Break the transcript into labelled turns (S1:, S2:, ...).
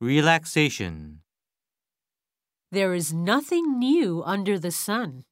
S1: Relaxation.
S2: There is nothing new under the sun.